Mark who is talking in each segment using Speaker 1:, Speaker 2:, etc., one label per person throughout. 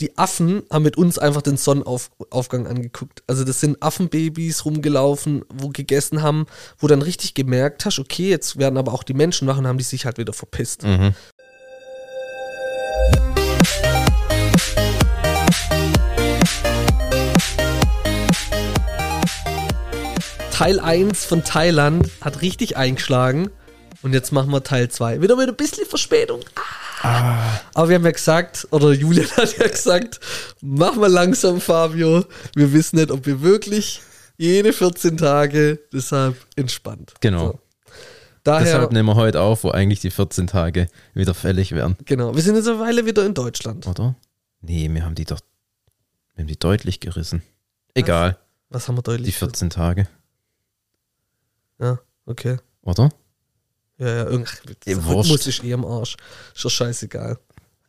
Speaker 1: die Affen haben mit uns einfach den Sonnenaufgang angeguckt. Also das sind Affenbabys rumgelaufen, wo gegessen haben, wo dann richtig gemerkt hast, okay, jetzt werden aber auch die Menschen wach und haben die sich halt wieder verpisst.
Speaker 2: Mhm.
Speaker 1: Teil 1 von Thailand hat richtig eingeschlagen und jetzt machen wir Teil 2. Wieder mit ein bisschen Verspätung. Ah. Aber wir haben ja gesagt, oder Julian hat ja gesagt, mach mal langsam, Fabio. Wir wissen nicht, ob wir wirklich jede 14 Tage, deshalb entspannt.
Speaker 2: Genau.
Speaker 1: So. Ah, Daher,
Speaker 2: Deshalb nehmen wir heute auf, wo eigentlich die 14 Tage wieder fällig wären,
Speaker 1: genau, wir sind jetzt eine Weile wieder in Deutschland.
Speaker 2: oder? Nee, wir haben die doch. Wir haben die deutlich gerissen. Egal,
Speaker 1: Was haben wir
Speaker 2: die
Speaker 1: deutlich?
Speaker 2: 14 Tage,
Speaker 1: Ja, okay.
Speaker 2: oder?
Speaker 1: Ja, ja, irgendwie.
Speaker 2: Ja,
Speaker 1: Der
Speaker 2: wurscht.
Speaker 1: Rhythmus ist eh am Arsch. Ist doch scheißegal.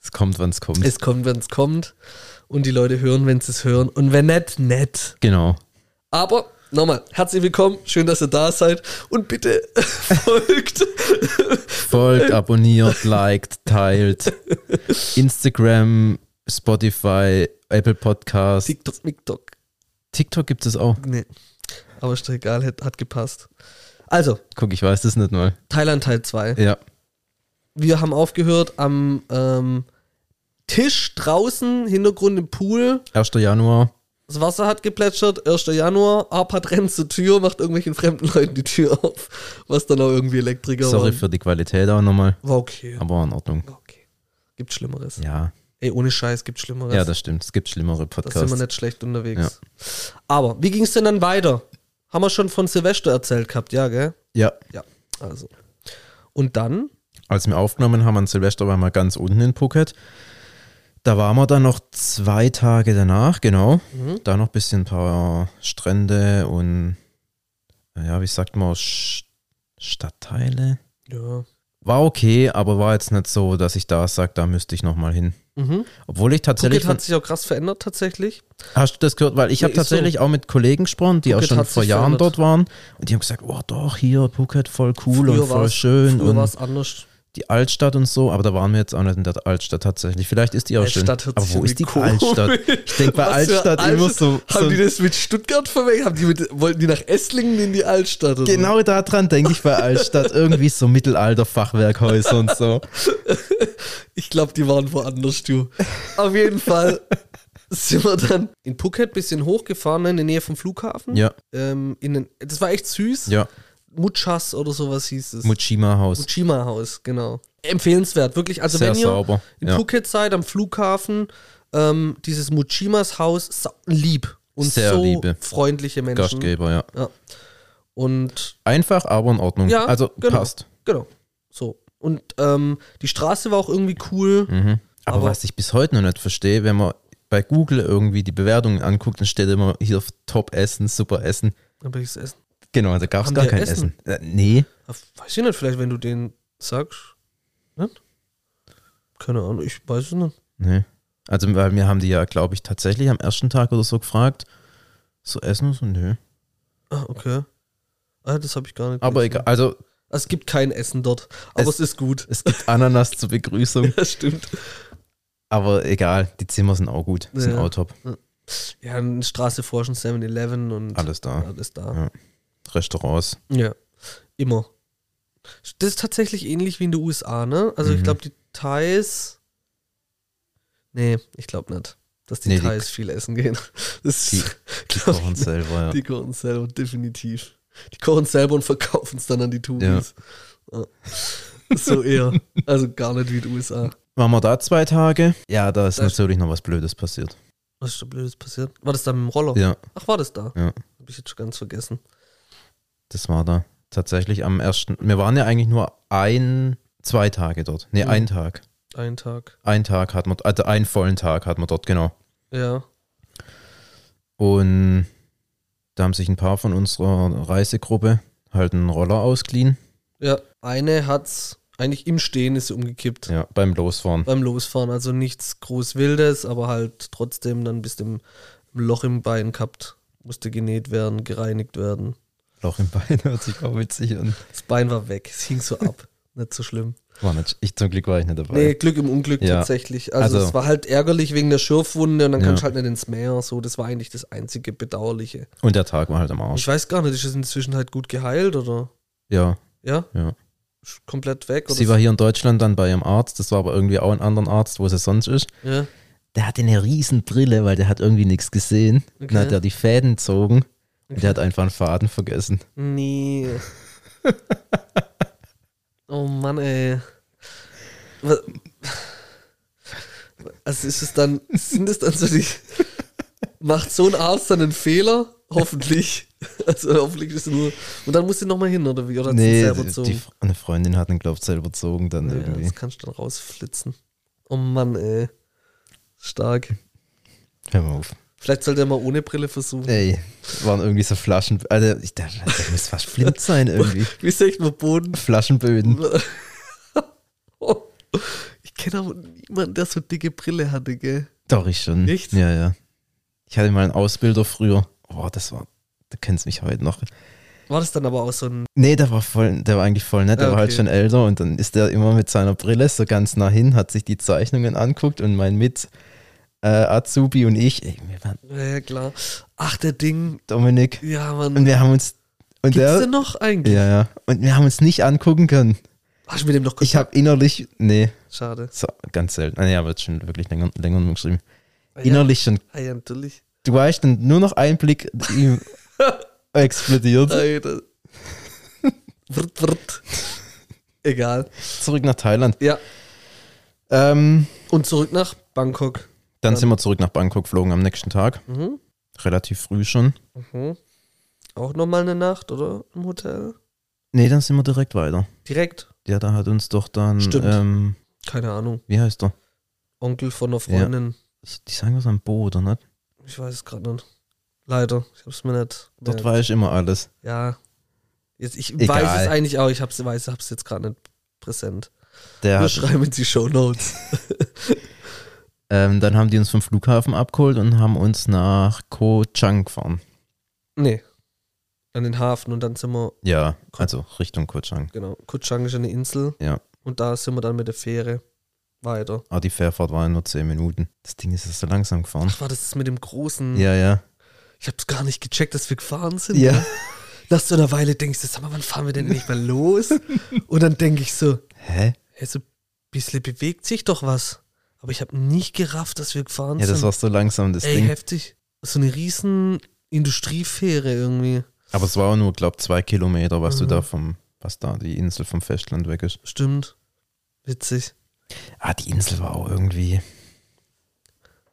Speaker 2: Es kommt, wann es kommt.
Speaker 1: Es kommt, wenn es kommt. Und die Leute hören, wenn sie es hören. Und wenn nicht, nett.
Speaker 2: genau.
Speaker 1: Aber nochmal, herzlich willkommen, schön, dass ihr da seid und bitte folgt.
Speaker 2: Folgt, abonniert, liked, teilt. Instagram, Spotify, Apple Podcast.
Speaker 1: TikTok, TikTok.
Speaker 2: TikTok gibt es auch.
Speaker 1: Nee. Aber ist doch egal, hat, hat gepasst. Also,
Speaker 2: Guck, ich weiß das nicht mal.
Speaker 1: Thailand Teil 2.
Speaker 2: Ja.
Speaker 1: Wir haben aufgehört am ähm, Tisch draußen, Hintergrund im Pool.
Speaker 2: 1. Januar.
Speaker 1: Das Wasser hat geplätschert, 1. Januar. Arpad rennt zur Tür, macht irgendwelchen fremden Leuten die Tür auf, was dann auch irgendwie Elektriker
Speaker 2: Sorry
Speaker 1: waren.
Speaker 2: für die Qualität auch nochmal.
Speaker 1: War okay.
Speaker 2: Aber in Ordnung.
Speaker 1: War okay. Gibt Schlimmeres.
Speaker 2: Ja.
Speaker 1: Ey, ohne Scheiß, gibt Schlimmeres.
Speaker 2: Ja, das stimmt. Es gibt schlimmere
Speaker 1: Da sind wir
Speaker 2: Podcasts.
Speaker 1: nicht schlecht unterwegs. Aber wie ging es denn dann weiter? Haben wir schon von Silvester erzählt gehabt, ja, gell?
Speaker 2: Ja.
Speaker 1: Ja, also. Und dann?
Speaker 2: Als wir aufgenommen haben an Silvester, waren wir ganz unten in Phuket. Da waren wir dann noch zwei Tage danach, genau.
Speaker 1: Mhm.
Speaker 2: Da noch ein bisschen ein paar Strände und, ja, wie sagt man, Sch- Stadtteile.
Speaker 1: Ja.
Speaker 2: War okay, aber war jetzt nicht so, dass ich da sage, da müsste ich nochmal hin.
Speaker 1: Mhm.
Speaker 2: Obwohl ich tatsächlich.
Speaker 1: Phuket hat sich auch krass verändert tatsächlich.
Speaker 2: Hast du das gehört? Weil ich
Speaker 1: Ja,
Speaker 2: habe
Speaker 1: ist so.
Speaker 2: tatsächlich auch mit Kollegen gesprochen, die
Speaker 1: Phuket
Speaker 2: auch schon
Speaker 1: hat sich
Speaker 2: vor Jahren
Speaker 1: verändert.
Speaker 2: dort waren. Und die haben gesagt, oh doch, hier, Phuket, voll cool und voll
Speaker 1: war's-
Speaker 2: schön.
Speaker 1: Früher
Speaker 2: Und
Speaker 1: war es anders.
Speaker 2: die Altstadt und so. Aber da waren wir jetzt auch nicht in der Altstadt tatsächlich. Vielleicht ist die auch
Speaker 1: Altstadt
Speaker 2: schön.
Speaker 1: hört
Speaker 2: Aber
Speaker 1: sich
Speaker 2: wo ist die
Speaker 1: irgendwie
Speaker 2: Altstadt?
Speaker 1: komisch.
Speaker 2: Ich denke bei
Speaker 1: Was für
Speaker 2: Altstadt immer so.
Speaker 1: Haben
Speaker 2: so
Speaker 1: die das mit Stuttgart verwechselt? Haben die mit, wollten die nach Esslingen in die Altstadt? Oder?
Speaker 2: genau daran denke ich bei Altstadt. Irgendwie so Mittelalter-Fachwerkhäuser und so.
Speaker 1: Ich glaube, die waren woanders, du. Auf jeden Fall sind wir dann in Phuket ein bisschen hochgefahren, ne, in der Nähe vom Flughafen.
Speaker 2: Ja,
Speaker 1: Ähm, in den, das war echt süß.
Speaker 2: ja.
Speaker 1: Muchas oder sowas hieß es.
Speaker 2: Mushima-Haus.
Speaker 1: Muchima-Haus, genau. Empfehlenswert, wirklich. Also
Speaker 2: Sehr
Speaker 1: wenn ihr
Speaker 2: sauber,
Speaker 1: in
Speaker 2: ja.
Speaker 1: Phuket seid, am Flughafen, ähm, dieses Muchimas Haus, sau- lieb. Und
Speaker 2: Sehr
Speaker 1: so
Speaker 2: liebe.
Speaker 1: freundliche Menschen.
Speaker 2: Gastgeber, ja.
Speaker 1: Ja. Und
Speaker 2: Einfach, aber in Ordnung.
Speaker 1: Ja,
Speaker 2: also
Speaker 1: genau.
Speaker 2: passt.
Speaker 1: genau, so. Und ähm, die Straße war auch irgendwie cool.
Speaker 2: Mhm. Aber,
Speaker 1: Aber-
Speaker 2: was ich bis heute noch nicht verstehe, wenn man bei Google irgendwie die Bewertungen anguckt, dann steht immer hier auf Top Essen, Super Essen.
Speaker 1: Aber ich essen.
Speaker 2: Genau, da gab es
Speaker 1: Haben
Speaker 2: gar
Speaker 1: wir
Speaker 2: kein Essen.
Speaker 1: Essen?
Speaker 2: Äh, nee,
Speaker 1: Weiß ich nicht, vielleicht wenn du den sagst. Nicht? Keine Ahnung, ich weiß es nicht.
Speaker 2: nee. Also, weil wir haben die ja, glaube ich, tatsächlich am ersten Tag oder so gefragt, so Essen, so nö.
Speaker 1: Ah, okay. Ah, das habe ich gar nicht.
Speaker 2: Aber
Speaker 1: gesehen.
Speaker 2: egal, also
Speaker 1: Es gibt kein Essen dort, aber es,
Speaker 2: Es-
Speaker 1: ist gut.
Speaker 2: es gibt Ananas zur Begrüßung,
Speaker 1: Das stimmt.
Speaker 2: aber egal, die Zimmer sind auch gut, sind
Speaker 1: Ja.
Speaker 2: auch top,
Speaker 1: Ja, eine Straße forschen, 7-Eleven und
Speaker 2: alles da,
Speaker 1: alles da.
Speaker 2: Ja. Restaurants.
Speaker 1: Ja. Immer. Das ist tatsächlich ähnlich wie in den USA, ne? Also ich
Speaker 2: Mhm.
Speaker 1: glaube, die Thais. Nee, ich glaube nicht. Dass die
Speaker 2: Nee, die-
Speaker 1: Thais viel essen gehen. Das
Speaker 2: Die- Die
Speaker 1: glaub ich
Speaker 2: kochen
Speaker 1: nicht.
Speaker 2: selber, ja.
Speaker 1: Die kochen selber, definitiv. Die kochen selber und verkaufen es dann an die Touris. Ja. So eher. Also gar nicht wie in den USA.
Speaker 2: Waren wir da zwei Tage? Ja, da ist
Speaker 1: Da-
Speaker 2: natürlich noch was Blödes passiert.
Speaker 1: Was ist da Blödes passiert? War das da mit dem Roller?
Speaker 2: Ja.
Speaker 1: Ach, war das da?
Speaker 2: Ja.
Speaker 1: Hab ich jetzt schon ganz vergessen.
Speaker 2: Das war da tatsächlich am ersten. Wir waren ja eigentlich nur ein, zwei Tage dort. Ne,
Speaker 1: Mhm.
Speaker 2: ein Tag.
Speaker 1: Einen Tag.
Speaker 2: Ein Tag hat man, also einen vollen Tag hat man dort, genau.
Speaker 1: Ja.
Speaker 2: Und da haben sich ein paar von unserer Reisegruppe halt einen Roller ausgeliehen.
Speaker 1: Ja. Eine hat's eigentlich im Stehen ist sie umgekippt.
Speaker 2: Ja, beim Losfahren.
Speaker 1: Beim Losfahren. Also nichts groß Wildes, aber halt trotzdem dann bis im im Loch im Bein gehabt. Musste genäht werden, gereinigt werden.
Speaker 2: Loch im Bein hört sich auch witzig an.
Speaker 1: Das Bein war weg. Es hing so ab. Nicht so schlimm.
Speaker 2: War nicht, ich, zum Glück war ich nicht dabei.
Speaker 1: Nee, Glück im Unglück
Speaker 2: Ja.
Speaker 1: tatsächlich. Also,
Speaker 2: Also-
Speaker 1: es war halt ärgerlich wegen der Schürfwunde und dann
Speaker 2: Ja.
Speaker 1: kannst du halt nicht ins Meer. So, das war eigentlich das einzige Bedauerliche.
Speaker 2: Und der Tag war halt am
Speaker 1: Ich
Speaker 2: Arsch.
Speaker 1: weiß gar nicht, ist es inzwischen halt gut geheilt oder?
Speaker 2: Ja,
Speaker 1: Ja?
Speaker 2: ja.
Speaker 1: Ist Komplett weg? Oder
Speaker 2: Sie war hier in Deutschland dann bei ihrem Arzt, das war aber irgendwie auch ein anderer Arzt, wo sie sonst ist.
Speaker 1: ja.
Speaker 2: Der hatte eine riesen Brille, weil der hat irgendwie nichts gesehen.
Speaker 1: Okay.
Speaker 2: Dann hat er die Fäden gezogen
Speaker 1: Okay.
Speaker 2: und der hat einfach einen Faden vergessen.
Speaker 1: Nee. oh Mann, ey. Wa- Also ist es dann, sind es dann so die, macht so ein Arzt dann einen Fehler? Hoffentlich. Also hoffentlich ist es nur, und dann musst du nochmal hin, oder wie? Oder hat sie
Speaker 2: nee,
Speaker 1: selber
Speaker 2: die,
Speaker 1: gezogen?
Speaker 2: die, eine Freundin hat ihn, glaube ich, selber gezogen dann
Speaker 1: Ja,
Speaker 2: irgendwie.
Speaker 1: das kannst du dann rausflitzen. Oh Mann, ey. Stark.
Speaker 2: Hör mal auf.
Speaker 1: Vielleicht sollte er mal ohne Brille versuchen.
Speaker 2: Ey, waren irgendwie so Flaschen... Alter, ich dachte, das muss fast blind sein irgendwie.
Speaker 1: Wie ist echt nur Boden?
Speaker 2: Flaschenböden.
Speaker 1: Oh. Ich kenne aber niemanden, der so dicke Brille hatte, gell?
Speaker 2: Doch, ich schon.
Speaker 1: Echt?
Speaker 2: Ja, ja. Ich hatte mal einen Ausbilder früher. Oh, das war... Du kennst mich heute noch.
Speaker 1: War das dann aber auch so ein.
Speaker 2: Nee, der war voll, der war eigentlich voll nett, der
Speaker 1: Ah,
Speaker 2: war halt
Speaker 1: okay.
Speaker 2: schon älter und dann ist der immer mit seiner Brille so ganz nah hin, hat sich die Zeichnungen anguckt und mein Mit äh, Azubi und ich, ey, wir waren
Speaker 1: Ja, ja, klar. Ach, der Ding.
Speaker 2: Dominik
Speaker 1: Ja,
Speaker 2: und
Speaker 1: Mann.
Speaker 2: wir haben uns und
Speaker 1: Gibt's
Speaker 2: der,
Speaker 1: den noch eigentlich?
Speaker 2: ja, ja, und wir haben uns nicht angucken können.
Speaker 1: Hast du mit dem noch
Speaker 2: Ich habe innerlich, nee,
Speaker 1: Schade.
Speaker 2: so, ganz selten, nee, aber jetzt schon wirklich länger, länger nicht mehr geschrieben.
Speaker 1: Ah, ja.
Speaker 2: Innerlich schon,
Speaker 1: Ah, ja, natürlich.
Speaker 2: du weißt, dann nur noch ein Blick ihm explodiert.
Speaker 1: Alter. Wrt, wrt. Egal.
Speaker 2: Zurück nach Thailand.
Speaker 1: Ja.
Speaker 2: Ähm,
Speaker 1: Und zurück nach Bangkok.
Speaker 2: dann sind wir zurück nach Bangkok geflogen am nächsten Tag,
Speaker 1: Mhm.
Speaker 2: relativ früh schon.
Speaker 1: Mhm. Auch nochmal eine Nacht, oder? Im Hotel?
Speaker 2: Nee, dann sind wir direkt weiter.
Speaker 1: Direkt.
Speaker 2: Ja, da hat uns doch dann,
Speaker 1: Stimmt.
Speaker 2: ähm,
Speaker 1: Keine Ahnung.
Speaker 2: wie heißt er?
Speaker 1: Onkel von einer Freundin.
Speaker 2: Die sagen was am Bo, oder nicht?
Speaker 1: Ich weiß es gerade nicht. Leider. Ich hab's mir nicht.
Speaker 2: Dort
Speaker 1: gemerkt.
Speaker 2: war ich immer alles.
Speaker 1: Ja. Jetzt, ich
Speaker 2: Egal.
Speaker 1: weiß es eigentlich auch, ich hab's, weiß, hab's jetzt gerade nicht präsent.
Speaker 2: Der
Speaker 1: Wir
Speaker 2: hat,
Speaker 1: schreiben in die Shownotes.
Speaker 2: ähm, dann haben die uns vom Flughafen abgeholt und haben uns nach Koh Chang gefahren.
Speaker 1: nee. An den Hafen und dann sind wir,
Speaker 2: Ja, also Richtung Koh Chang.
Speaker 1: genau, Kutschang ist eine Insel
Speaker 2: Ja.
Speaker 1: und da sind wir dann mit der Fähre weiter.
Speaker 2: Ah, die Fährfahrt war ja nur 10 Minuten. Das Ding ist ja so langsam gefahren.
Speaker 1: Ach, war das das mit dem großen?
Speaker 2: Ja, ja.
Speaker 1: Ich hab's gar nicht gecheckt, dass wir gefahren sind.
Speaker 2: Ja.
Speaker 1: Nach so einer Weile denkst du, sag mal, wann fahren wir denn nicht mal los? und dann denke ich so,
Speaker 2: Hä?
Speaker 1: hey, so ein bisschen bewegt sich doch was. Aber ich habe nicht gerafft, dass wir gefahren
Speaker 2: Ja,
Speaker 1: sind.
Speaker 2: das war so langsam, das
Speaker 1: Ey,
Speaker 2: Ding.
Speaker 1: heftig. So eine riesen Industriefähre irgendwie.
Speaker 2: Aber es war auch nur, glaub, zwei Kilometer, was du
Speaker 1: Mhm.
Speaker 2: da vom, was da, die Insel vom Festland weg ist.
Speaker 1: Stimmt. Witzig.
Speaker 2: Ah, die Insel war auch irgendwie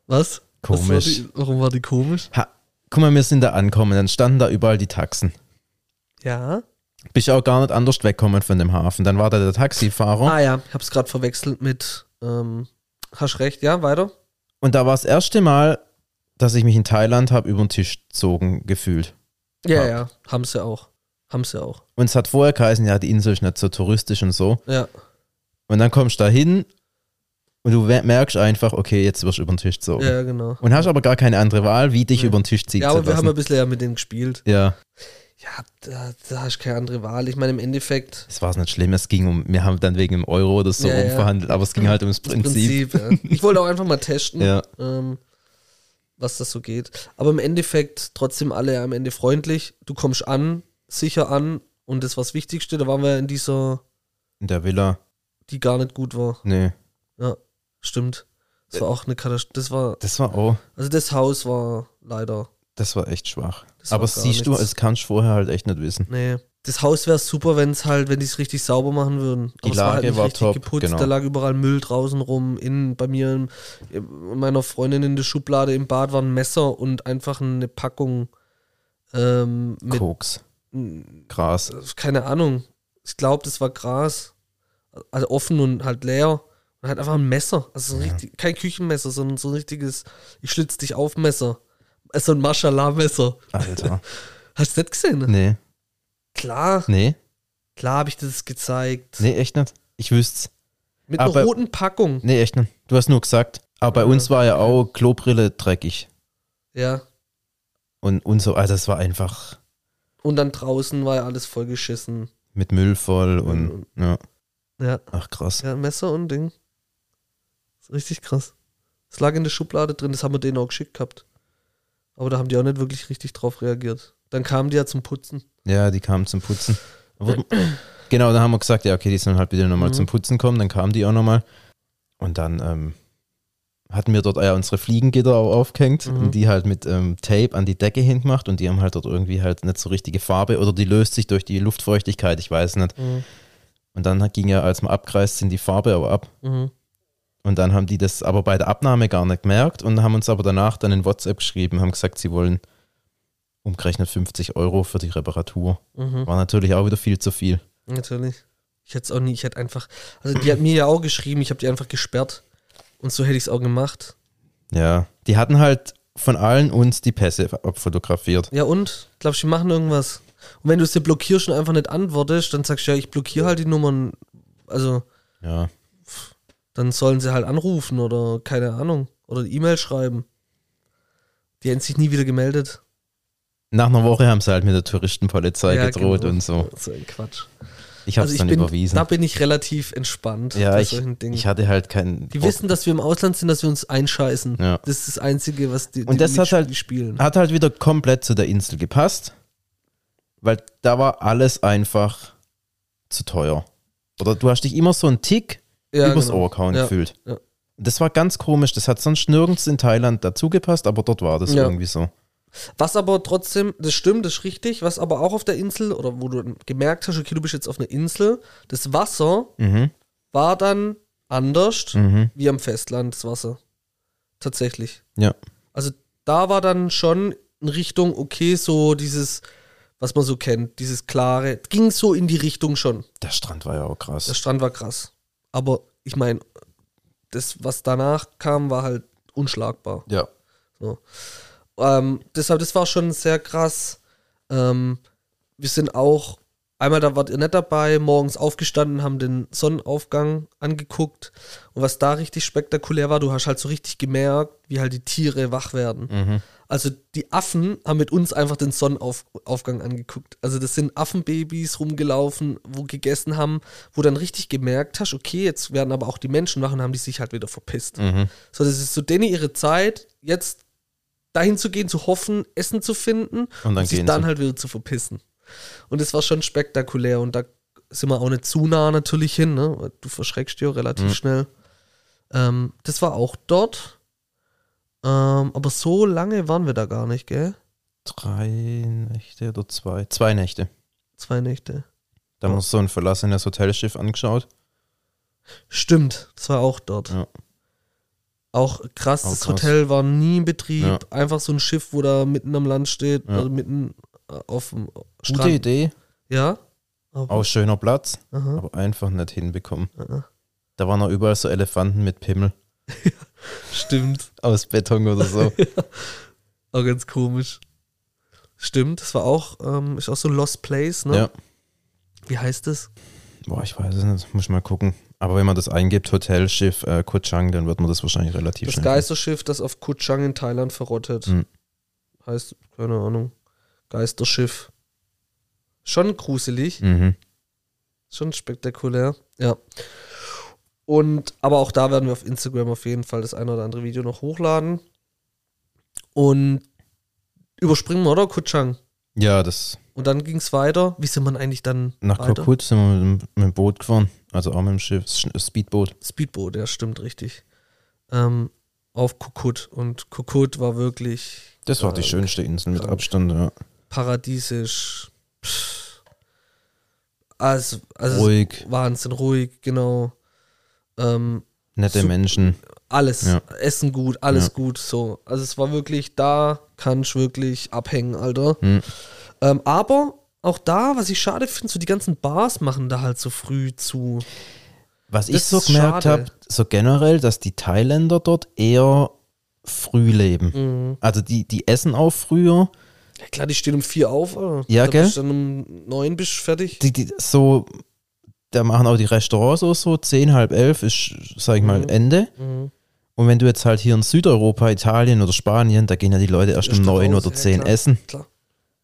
Speaker 1: Was? Was war
Speaker 2: komisch.
Speaker 1: die, warum war die komisch?
Speaker 2: Ha, guck mal, wir sind da angekommen, dann standen da überall die Taxen.
Speaker 1: Ja.
Speaker 2: Bist auch gar nicht anders wegkommen von dem Hafen. Dann war da der Taxifahrer
Speaker 1: Ah ja, ich hab's gerade verwechselt mit, ähm, hast recht, ja, weiter.
Speaker 2: und da war das erste Mal, dass ich mich in Thailand habe über den Tisch gezogen gefühlt.
Speaker 1: Ja,
Speaker 2: Ja.
Speaker 1: ja, haben sie auch. Haben sie auch.
Speaker 2: Und es hat vorher geheißen, ja, die Insel ist nicht so touristisch und so.
Speaker 1: Ja.
Speaker 2: Und dann kommst du da hin und du we- merkst einfach, okay, jetzt wirst du über den Tisch gezogen.
Speaker 1: Ja, genau.
Speaker 2: Und hast aber gar keine andere Wahl, wie dich
Speaker 1: Nee.
Speaker 2: über den Tisch ziehen
Speaker 1: Ja,
Speaker 2: zu
Speaker 1: aber wir haben ein
Speaker 2: lassen.
Speaker 1: bisschen ja mit denen gespielt.
Speaker 2: Ja,
Speaker 1: Ja, da, da hast du keine andere Wahl. Ich meine, im Endeffekt,
Speaker 2: es war nicht schlimm, es ging um, wir haben dann wegen dem Euro oder so
Speaker 1: Ja, ja.
Speaker 2: rumverhandelt, aber es ging halt ums
Speaker 1: das
Speaker 2: Prinzip.
Speaker 1: Prinzip ja. Ich wollte auch einfach mal testen.
Speaker 2: Ja.
Speaker 1: ähm, was das so geht. Aber im Endeffekt trotzdem alle am Ende freundlich. Du kommst an, sicher an und das war das Wichtigste. Da waren wir in dieser,
Speaker 2: In der Villa,
Speaker 1: die gar nicht gut war.
Speaker 2: nee,
Speaker 1: Ja, stimmt. Das
Speaker 2: Äh.
Speaker 1: war auch eine Katastrophe. Das war,
Speaker 2: das war auch...
Speaker 1: also das Haus war leider,
Speaker 2: Das war echt schwach.
Speaker 1: Das
Speaker 2: Aber
Speaker 1: war gar
Speaker 2: siehst du,
Speaker 1: nichts.
Speaker 2: es kannst du vorher halt echt nicht wissen.
Speaker 1: nee. Das Haus wäre super, wenn es halt, wenn die es richtig sauber machen würden.
Speaker 2: Die
Speaker 1: es halt
Speaker 2: Lage war top,
Speaker 1: geputzt,
Speaker 2: genau.
Speaker 1: da lag überall Müll draußen rum. In, bei mir, in, in meiner Freundin in der Schublade im Bad waren Messer und einfach eine Packung ähm, mit
Speaker 2: Koks, Gras.
Speaker 1: Also keine Ahnung, ich glaube, das war Gras. Also offen und halt leer. Und halt einfach ein Messer. Also so ein richtig, kein Küchenmesser, sondern so ein richtiges, ich schlitz dich auf Messer. Also ein Maschallah-Messer.
Speaker 2: Alter.
Speaker 1: Hast du nicht gesehen?
Speaker 2: Nee.
Speaker 1: Klar,
Speaker 2: Nee?
Speaker 1: klar habe ich das gezeigt.
Speaker 2: Nee, echt nicht. Ich wüsste
Speaker 1: Mit einer
Speaker 2: aber-
Speaker 1: roten Packung.
Speaker 2: Nee, echt nicht. Du hast nur gesagt. Aber bei
Speaker 1: Ja.
Speaker 2: uns war ja auch Klobrille dreckig.
Speaker 1: Ja.
Speaker 2: Und, und so, also es war einfach
Speaker 1: Und dann draußen war ja alles vollgeschissen.
Speaker 2: mit Müll voll und
Speaker 1: Mhm.
Speaker 2: ja.
Speaker 1: Ja.
Speaker 2: Ach krass.
Speaker 1: Ja, Messer und Ding. Ist richtig krass. Es lag in der Schublade drin, das haben wir denen auch geschickt gehabt. Aber da haben die auch nicht wirklich richtig drauf reagiert. Dann kamen die ja zum Putzen.
Speaker 2: Ja, die kamen zum Putzen. Wurden- genau, da haben wir gesagt, ja, okay, die sollen halt wieder nochmal
Speaker 1: Mhm.
Speaker 2: zum Putzen kommen. Dann kamen die auch nochmal. Und dann ähm, hatten wir dort ah ja unsere Fliegengitter auch aufgehängt
Speaker 1: Mhm.
Speaker 2: und die halt mit ähm, Tape an die Decke hingemacht und die haben halt dort irgendwie halt nicht so richtige Farbe oder die löst sich durch die Luftfeuchtigkeit, ich weiß nicht.
Speaker 1: Mhm.
Speaker 2: Und dann hat- ging ja, als man abkreist, sind die Farbe aber ab.
Speaker 1: Mhm.
Speaker 2: Und dann haben die das aber bei der Abnahme gar nicht gemerkt und haben uns aber danach dann in WhatsApp geschrieben, haben gesagt, sie wollen umgerechnet 50 Euro für die Reparatur.
Speaker 1: Mhm.
Speaker 2: War natürlich auch wieder viel zu viel.
Speaker 1: Natürlich. Ich hätte es auch nie, ich hätte einfach. Also die hat mir ja auch geschrieben, ich habe die einfach gesperrt. Und so hätte ich es auch gemacht.
Speaker 2: Ja, die hatten halt von allen uns die Pässe abfotografiert.
Speaker 1: Ja und? Glaubst du, die machen irgendwas? Und wenn du es dir blockierst und einfach nicht antwortest, dann sagst du ja, ich blockiere halt die Nummern. Also,
Speaker 2: Ja,
Speaker 1: dann sollen sie halt anrufen oder keine Ahnung. Oder eine E-Mail schreiben. Die hätten sich nie wieder gemeldet.
Speaker 2: nach einer Woche haben sie halt mit der Touristenpolizei
Speaker 1: Ja,
Speaker 2: gedroht
Speaker 1: genau.
Speaker 2: und so.
Speaker 1: So ein Quatsch.
Speaker 2: Ich habe es dann
Speaker 1: Also bin,
Speaker 2: überwiesen.
Speaker 1: Da bin ich relativ entspannt
Speaker 2: ja, ich,
Speaker 1: solchen Dingen.
Speaker 2: ich hatte halt keinen.
Speaker 1: die
Speaker 2: Bock.
Speaker 1: wissen, dass wir im Ausland sind, dass wir uns einscheißen.
Speaker 2: Ja.
Speaker 1: Das ist das Einzige, was die,
Speaker 2: Und
Speaker 1: die
Speaker 2: das hat
Speaker 1: mitspiel-
Speaker 2: halt-
Speaker 1: spielen.
Speaker 2: Hat halt wieder komplett zu der Insel gepasst, weil da war alles einfach zu teuer. Oder du hast dich immer so einen Tick übers Ohr kauen
Speaker 1: ja.
Speaker 2: gefühlt.
Speaker 1: ja.
Speaker 2: Das war ganz komisch. Das hat sonst nirgends in Thailand dazu gepasst, aber dort war das
Speaker 1: Ja.
Speaker 2: irgendwie so.
Speaker 1: Was aber trotzdem, das stimmt, das ist richtig, was aber auch auf der Insel, oder wo du gemerkt hast, okay, du bist jetzt auf einer Insel, das Wasser
Speaker 2: Mhm.
Speaker 1: war dann anders
Speaker 2: Mhm.
Speaker 1: wie am Festland, das Wasser. Tatsächlich.
Speaker 2: Ja.
Speaker 1: Also da war dann schon in Richtung, okay, so dieses, was man so kennt, dieses klare, ging so in die Richtung schon.
Speaker 2: Der Strand war ja auch krass.
Speaker 1: Der Strand war krass. Aber ich meine, das, was danach kam, war halt unschlagbar.
Speaker 2: ja.
Speaker 1: So. Ähm, deshalb, das war schon sehr krass. Ähm, wir sind auch, einmal da wart ihr nicht dabei, morgens aufgestanden, haben den Sonnenaufgang angeguckt. Und was da richtig spektakulär war, du hast halt so richtig gemerkt, wie halt die Tiere wach werden.
Speaker 2: Mhm,
Speaker 1: Also die Affen haben mit uns einfach den Sonnenaufgang angeguckt. Also das sind Affenbabys rumgelaufen, wo gegessen haben, wo dann richtig gemerkt hast, okay, jetzt werden aber auch die Menschen wach und haben die sich halt wieder verpisst.
Speaker 2: Mhm.
Speaker 1: So, das ist so denen ihre Zeit, jetzt dahin zu gehen, zu hoffen, Essen zu finden
Speaker 2: Und dann
Speaker 1: sich
Speaker 2: gehen
Speaker 1: dann
Speaker 2: sie.
Speaker 1: halt wieder zu verpissen. Und das war schon spektakulär und da sind wir auch nicht zu nah natürlich hin, ne? Weil Du verschreckst dir relativ
Speaker 2: Mhm.
Speaker 1: schnell. Ähm, das war auch dort. Ähm, aber so lange waren wir da gar nicht, gell?
Speaker 2: Drei Nächte oder zwei? Zwei Nächte.
Speaker 1: Zwei Nächte.
Speaker 2: Da haben wir uns so ein verlassenes Hotelschiff angeschaut.
Speaker 1: Stimmt, das war auch dort.
Speaker 2: Ja.
Speaker 1: Auch krass,
Speaker 2: Auch
Speaker 1: das
Speaker 2: krass.
Speaker 1: Hotel war nie in Betrieb.
Speaker 2: Ja.
Speaker 1: Einfach so ein Schiff, wo da mitten am Land steht,
Speaker 2: Ja.
Speaker 1: oder mitten äh, auf dem
Speaker 2: Gute
Speaker 1: Strand.
Speaker 2: Idee,
Speaker 1: Ja? Aber,
Speaker 2: auch schöner Platz,
Speaker 1: aha.
Speaker 2: aber einfach nicht hinbekommen.
Speaker 1: Aha.
Speaker 2: Da waren auch überall so Elefanten mit Pimmel
Speaker 1: Stimmt.
Speaker 2: aus Beton oder so.
Speaker 1: Auch ganz komisch. Stimmt, das war auch, ähm, ist auch so ein Lost Place, ne?
Speaker 2: Ja.
Speaker 1: Wie heißt das?
Speaker 2: Boah, ich weiß es nicht, muss ich mal gucken. Aber wenn man das eingibt, Hotelschiff äh, Koh Chang, dann wird man das wahrscheinlich relativ
Speaker 1: Das
Speaker 2: schnell.
Speaker 1: Geisterschiff, das auf Koh Chang in Thailand verrottet.
Speaker 2: Mhm.
Speaker 1: Heißt, keine Ahnung. Geisterschiff. Schon gruselig,
Speaker 2: Mhm.
Speaker 1: schon spektakulär, ja. Und, aber auch da werden wir auf Instagram auf jeden Fall das eine oder andere Video noch hochladen. Und überspringen wir, oder? Koh Chang.
Speaker 2: Ja, das
Speaker 1: Und dann ging es weiter. Wie sind man eigentlich dann
Speaker 2: nach
Speaker 1: weiter?
Speaker 2: Kokut sind wir mit, dem- mit dem Boot gefahren, also auch mit dem Schiff, Sch- Speedboot.
Speaker 1: Speedboat, ja, stimmt richtig. Ähm, auf Kukut. Und Kukut war wirklich
Speaker 2: Das war die
Speaker 1: Krank.
Speaker 2: schönste Insel mit
Speaker 1: Krank.
Speaker 2: Abstand, ja.
Speaker 1: paradiesisch. Pff. Also, also
Speaker 2: Ruhig,
Speaker 1: Wahnsinn, ruhig, genau. Ähm,
Speaker 2: nette
Speaker 1: Su-
Speaker 2: Menschen.
Speaker 1: alles,
Speaker 2: Ja.
Speaker 1: Essen gut, alles
Speaker 2: Ja.
Speaker 1: gut, so. Also es war wirklich, da kann ich wirklich abhängen, Alter.
Speaker 2: Hm.
Speaker 1: Ähm, aber auch da, was ich schade finde, so die ganzen Bars machen da halt so früh zu.
Speaker 2: Was ich
Speaker 1: Das
Speaker 2: so
Speaker 1: ist
Speaker 2: gemerkt
Speaker 1: schade.
Speaker 2: habe, so generell, dass die Thailänder dort eher früh leben.
Speaker 1: Mhm.
Speaker 2: Also die, die essen auch früher.
Speaker 1: Ja, klar, die stehen um vier auf, Alter.
Speaker 2: Ja,
Speaker 1: da
Speaker 2: gell?
Speaker 1: Bist du dann um neun bist du fertig.
Speaker 2: Die, die, so, da machen auch die Restaurants auch so, zehn, halb elf ist, sag ich mal,
Speaker 1: Mhm.
Speaker 2: Ende.
Speaker 1: Mhm.
Speaker 2: Und wenn du jetzt halt hier in Südeuropa, Italien oder Spanien, da gehen ja die Leute erst um
Speaker 1: Erst
Speaker 2: neun
Speaker 1: raus,
Speaker 2: oder
Speaker 1: ja,
Speaker 2: zehn
Speaker 1: klar.
Speaker 2: essen.
Speaker 1: Klar.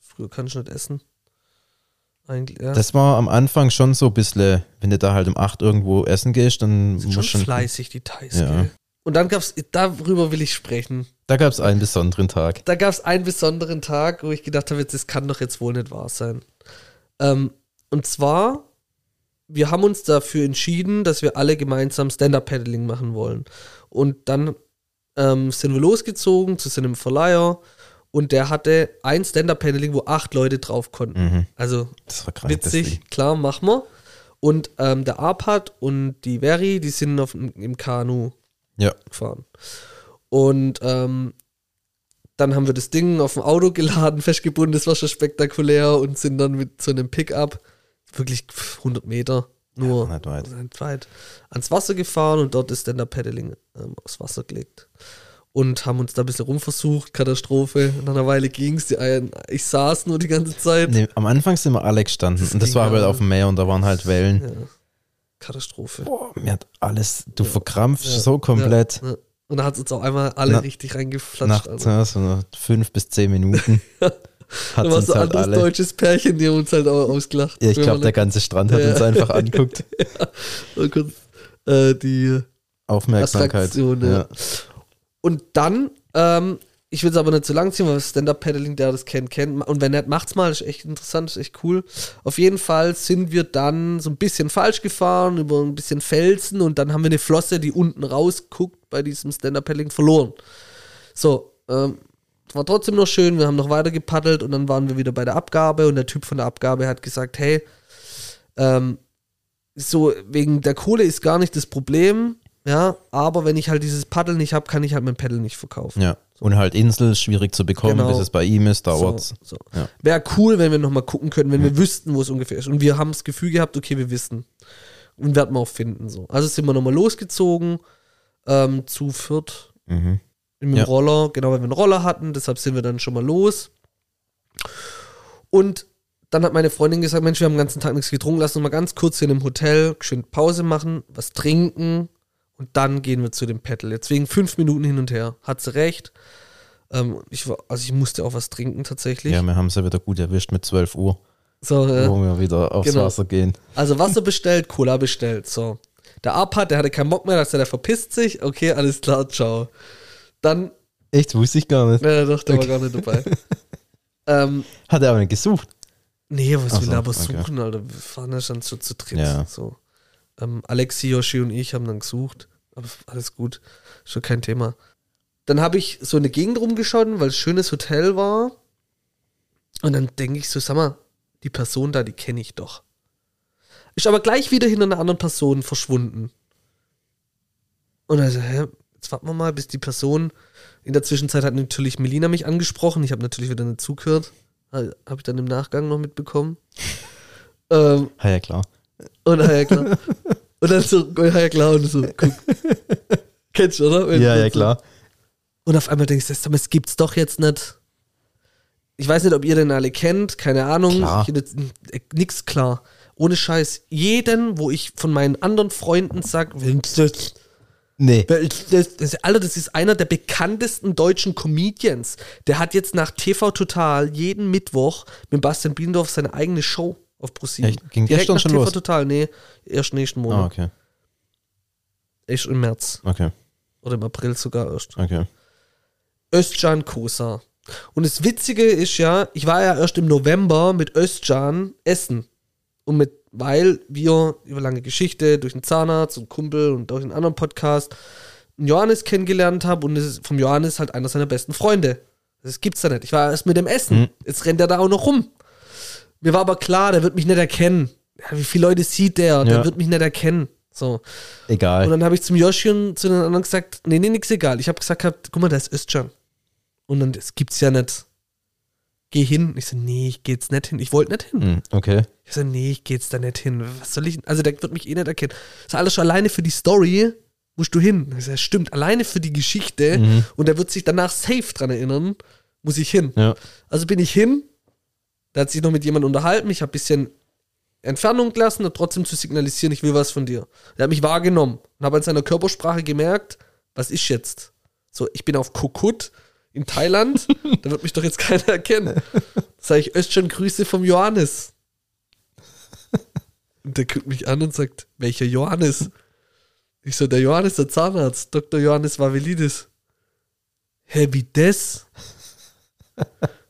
Speaker 1: Früher kann ich nicht essen. Eigentlich, ja.
Speaker 2: Das war am Anfang schon so ein bisschen, wenn du da halt um 8 irgendwo essen gehst, dann
Speaker 1: sind
Speaker 2: musst
Speaker 1: schon
Speaker 2: du schon.
Speaker 1: fleißig, die Thais.
Speaker 2: Ja.
Speaker 1: gell? Und dann gab's, darüber will ich sprechen.
Speaker 2: Da gab es einen besonderen Tag.
Speaker 1: da gab es einen besonderen Tag, wo ich gedacht habe, jetzt, das kann doch jetzt wohl nicht wahr sein. Ähm, und zwar, wir haben uns dafür entschieden, dass wir alle gemeinsam Stand-Up-Paddling machen wollen. Und dann ähm, sind wir losgezogen zu seinem Verleiher und der hatte ein Stand-Up-Paddling, wo acht Leute drauf konnten.
Speaker 2: Mhm.
Speaker 1: Also
Speaker 2: Das war krank. das
Speaker 1: witzig,
Speaker 2: Ding.
Speaker 1: klar, machen wir. Und ähm, der Arpad und die Veri, die sind auf, dem- im Kanu
Speaker 2: Ja.
Speaker 1: gefahren. Und ähm, dann haben wir das Ding auf dem Auto geladen, festgebunden, das war schon spektakulär und sind dann mit so einem Pickup, wirklich pf, 100 Meter nur
Speaker 2: Nicht weit.
Speaker 1: nicht weit, ans Wasser gefahren und dort ist dann der Paddling ähm, aufs Wasser gelegt. Und haben uns da ein bisschen rumversucht, Katastrophe. Nach einer Weile ging's, die einen, ich saß nur die ganze Zeit.
Speaker 2: Nee, am Anfang sind wir alle gestanden und das
Speaker 1: ging
Speaker 2: war aber
Speaker 1: ja.
Speaker 2: auf dem Meer und da waren halt Wellen.
Speaker 1: Ja. Katastrophe.
Speaker 2: Boah, mir hat alles, du verkrampfst
Speaker 1: Ja.
Speaker 2: so komplett.
Speaker 1: Ja, ja. ne? Und da hat es uns auch einmal alle
Speaker 2: Na-
Speaker 1: richtig
Speaker 2: Nach
Speaker 1: reingeflatscht. also. Alter.
Speaker 2: ja, so nach fünf bis zehn Minuten hat
Speaker 1: Da war
Speaker 2: uns
Speaker 1: so ein
Speaker 2: halt
Speaker 1: anderes
Speaker 2: alle.
Speaker 1: deutsches Pärchen, die haben uns halt auch ausgelacht.
Speaker 2: Ja, ich
Speaker 1: Wir
Speaker 2: glaube,
Speaker 1: waren
Speaker 2: der ganze Strand hat
Speaker 1: Ja.
Speaker 2: uns einfach anguckt.
Speaker 1: Und kurz, äh, die
Speaker 2: Aufmerksamkeit.
Speaker 1: Attraktion. Ja.
Speaker 2: Ja.
Speaker 1: Und dann, ähm, ich will es aber nicht zu lang ziehen, weil Stand-Up-Paddling, der das kennt, kennt. Und wenn nicht, macht's mal, ist echt interessant, ist echt cool. Auf jeden Fall sind wir dann so ein bisschen falsch gefahren, über ein bisschen Felsen und dann haben wir eine Flosse, die unten rausguckt, bei diesem Stand-Up-Paddling verloren. So, ähm, war trotzdem noch schön, wir haben noch weiter gepaddelt und dann waren wir wieder bei der Abgabe und der Typ von der Abgabe hat gesagt, hey, ähm, so wegen der Kohle ist gar nicht das Problem, ja, aber wenn ich halt dieses Paddel nicht habe, kann ich halt mein Paddel nicht verkaufen.
Speaker 2: ja. Und halt Insel, schwierig zu bekommen,
Speaker 1: Genau.
Speaker 2: bis es bei ihm ist, dauert
Speaker 1: So, so.
Speaker 2: Ja.
Speaker 1: Wäre cool, wenn wir nochmal gucken können, wenn wir wüssten, wo es ungefähr ist. Und wir haben das Gefühl gehabt, okay, wir wissen. Und werden wir auch finden. So. Also sind wir nochmal losgezogen ähm, zu viert
Speaker 2: Mhm.
Speaker 1: mit dem
Speaker 2: Ja.
Speaker 1: Roller, genau, weil wir einen Roller hatten, deshalb sind wir dann schon mal los. Und dann hat meine Freundin gesagt, Mensch, wir haben den ganzen Tag nichts getrunken, lass uns mal ganz kurz hier in dem Hotel schön Pause machen, was trinken und dann gehen wir zu dem Paddle. Jetzt wegen fünf Minuten hin und her. Hat sie recht. Ähm, ich war, also ich musste auch was trinken tatsächlich.
Speaker 2: Ja, wir haben es ja wieder gut erwischt mit 12 Uhr,
Speaker 1: So, äh,
Speaker 2: wo wir wieder aufs
Speaker 1: Genau.
Speaker 2: Wasser gehen.
Speaker 1: also Wasser bestellt, Cola bestellt. So. Der Abhat, der hatte keinen Bock mehr, dass er, der verpisst sich. Okay, alles klar, ciao. Dann,
Speaker 2: Echt, wusste ich gar nicht.
Speaker 1: äh, doch, der
Speaker 2: Okay.
Speaker 1: war gar nicht dabei. ähm,
Speaker 2: Hat er aber nicht gesucht.
Speaker 1: Nee, was
Speaker 2: Ach
Speaker 1: will
Speaker 2: so,
Speaker 1: er aber
Speaker 2: okay.
Speaker 1: suchen, Alter? Wir fahren ja schon zu, zu dritt.
Speaker 2: Ja.
Speaker 1: So. Ähm, Alexi, Yoshi und ich haben dann gesucht. Aber alles gut. Schon kein Thema. Dann habe ich so eine Gegend rumgeschaut, weil es schönes Hotel war. Und dann denke ich so, sag mal, die Person da, die kenne ich doch. Ist aber gleich wieder hinter einer anderen Person verschwunden. Und also, hä? Jetzt warten wir mal, bis die Person. In der Zwischenzeit hat natürlich Melina mich angesprochen. Ich habe natürlich wieder nicht zugehört. Habe ich dann im Nachgang noch mitbekommen. ähm,
Speaker 2: Ah, ja, klar.
Speaker 1: und ah ja, klar. und dann so, ah ja, klar. Und so, guck. Kennst du, oder? Wenn-
Speaker 2: Ja,
Speaker 1: wenn
Speaker 2: ja,
Speaker 1: so-
Speaker 2: klar.
Speaker 1: und auf einmal denkst du, sag mal, das gibt's doch jetzt nicht. Ich weiß nicht, ob ihr den alle kennt, keine Ahnung.
Speaker 2: Klar.
Speaker 1: Ich hätte jetzt n- äh, nix klar. Ohne Scheiß. Jeden, wo ich von meinen anderen Freunden sag, wer ist das?
Speaker 2: Nee.
Speaker 1: Wer ist das? Das ist- Alter, das ist einer der bekanntesten deutschen Comedians. Der hat jetzt nach TV Total jeden Mittwoch mit Bastian Bielendorf seine eigene Show auf ProSieben.
Speaker 2: Echt? Ging
Speaker 1: Direkt
Speaker 2: gestern
Speaker 1: nach
Speaker 2: schon
Speaker 1: TV
Speaker 2: los?
Speaker 1: Total, nee, erst nächsten
Speaker 2: Ah,
Speaker 1: Monat.
Speaker 2: okay.
Speaker 1: Erst im März
Speaker 2: Okay,
Speaker 1: oder im April sogar erst.
Speaker 2: okay.
Speaker 1: Özcan Kosa. Und das Witzige ist ja, ich war ja erst im November mit Özcan essen. Und mit, weil wir über lange Geschichte durch den Zahnarzt und Kumpel und durch einen anderen Podcast einen Johannes kennengelernt habe und es ist vom Johannes halt einer seiner besten Freunde. Das gibt's da nicht. Ich war erst mit dem Essen.
Speaker 2: Mhm.
Speaker 1: Jetzt rennt er da auch noch rum. Mir war aber klar, der wird mich nicht erkennen. Ja, wie viele Leute sieht der? Der
Speaker 2: Ja.
Speaker 1: wird mich nicht erkennen. So. Und
Speaker 2: Egal.
Speaker 1: dann habe ich zum Yoshi und zu den anderen gesagt, nee, nee, nix egal. Ich habe gesagt, gehabt, guck mal, das ist schon. Und dann, das gibt's ja nicht. Geh hin. Und ich so, nee, ich geh jetzt nicht hin. Ich wollte nicht hin.
Speaker 2: Hm, okay.
Speaker 1: Ich so, nee, ich geh jetzt da nicht hin. Was soll ich denn? Also, der wird mich eh nicht erkennen. Ist alles schon alleine für die Story, musst du hin. Ich so, ja, stimmt, alleine für die Geschichte.
Speaker 2: Mhm.
Speaker 1: Und der wird sich danach safe dran erinnern, muss ich hin.
Speaker 2: Ja.
Speaker 1: Also bin ich hin, da hat sich noch mit jemandem unterhalten, ich habe ein bisschen Entfernung gelassen, um trotzdem zu signalisieren, ich will was von dir. Der hat mich wahrgenommen und habe an seiner Körpersprache gemerkt, was ist jetzt? So, ich bin auf Kokut in Thailand, da wird mich doch jetzt keiner erkennen. Sag ich Özcan Grüße vom Johannes. Und der guckt mich an und sagt, welcher Johannes? Ich so, der Johannes, der Zahnarzt, Dr. Johannes Vavelidis. Hä, wie das?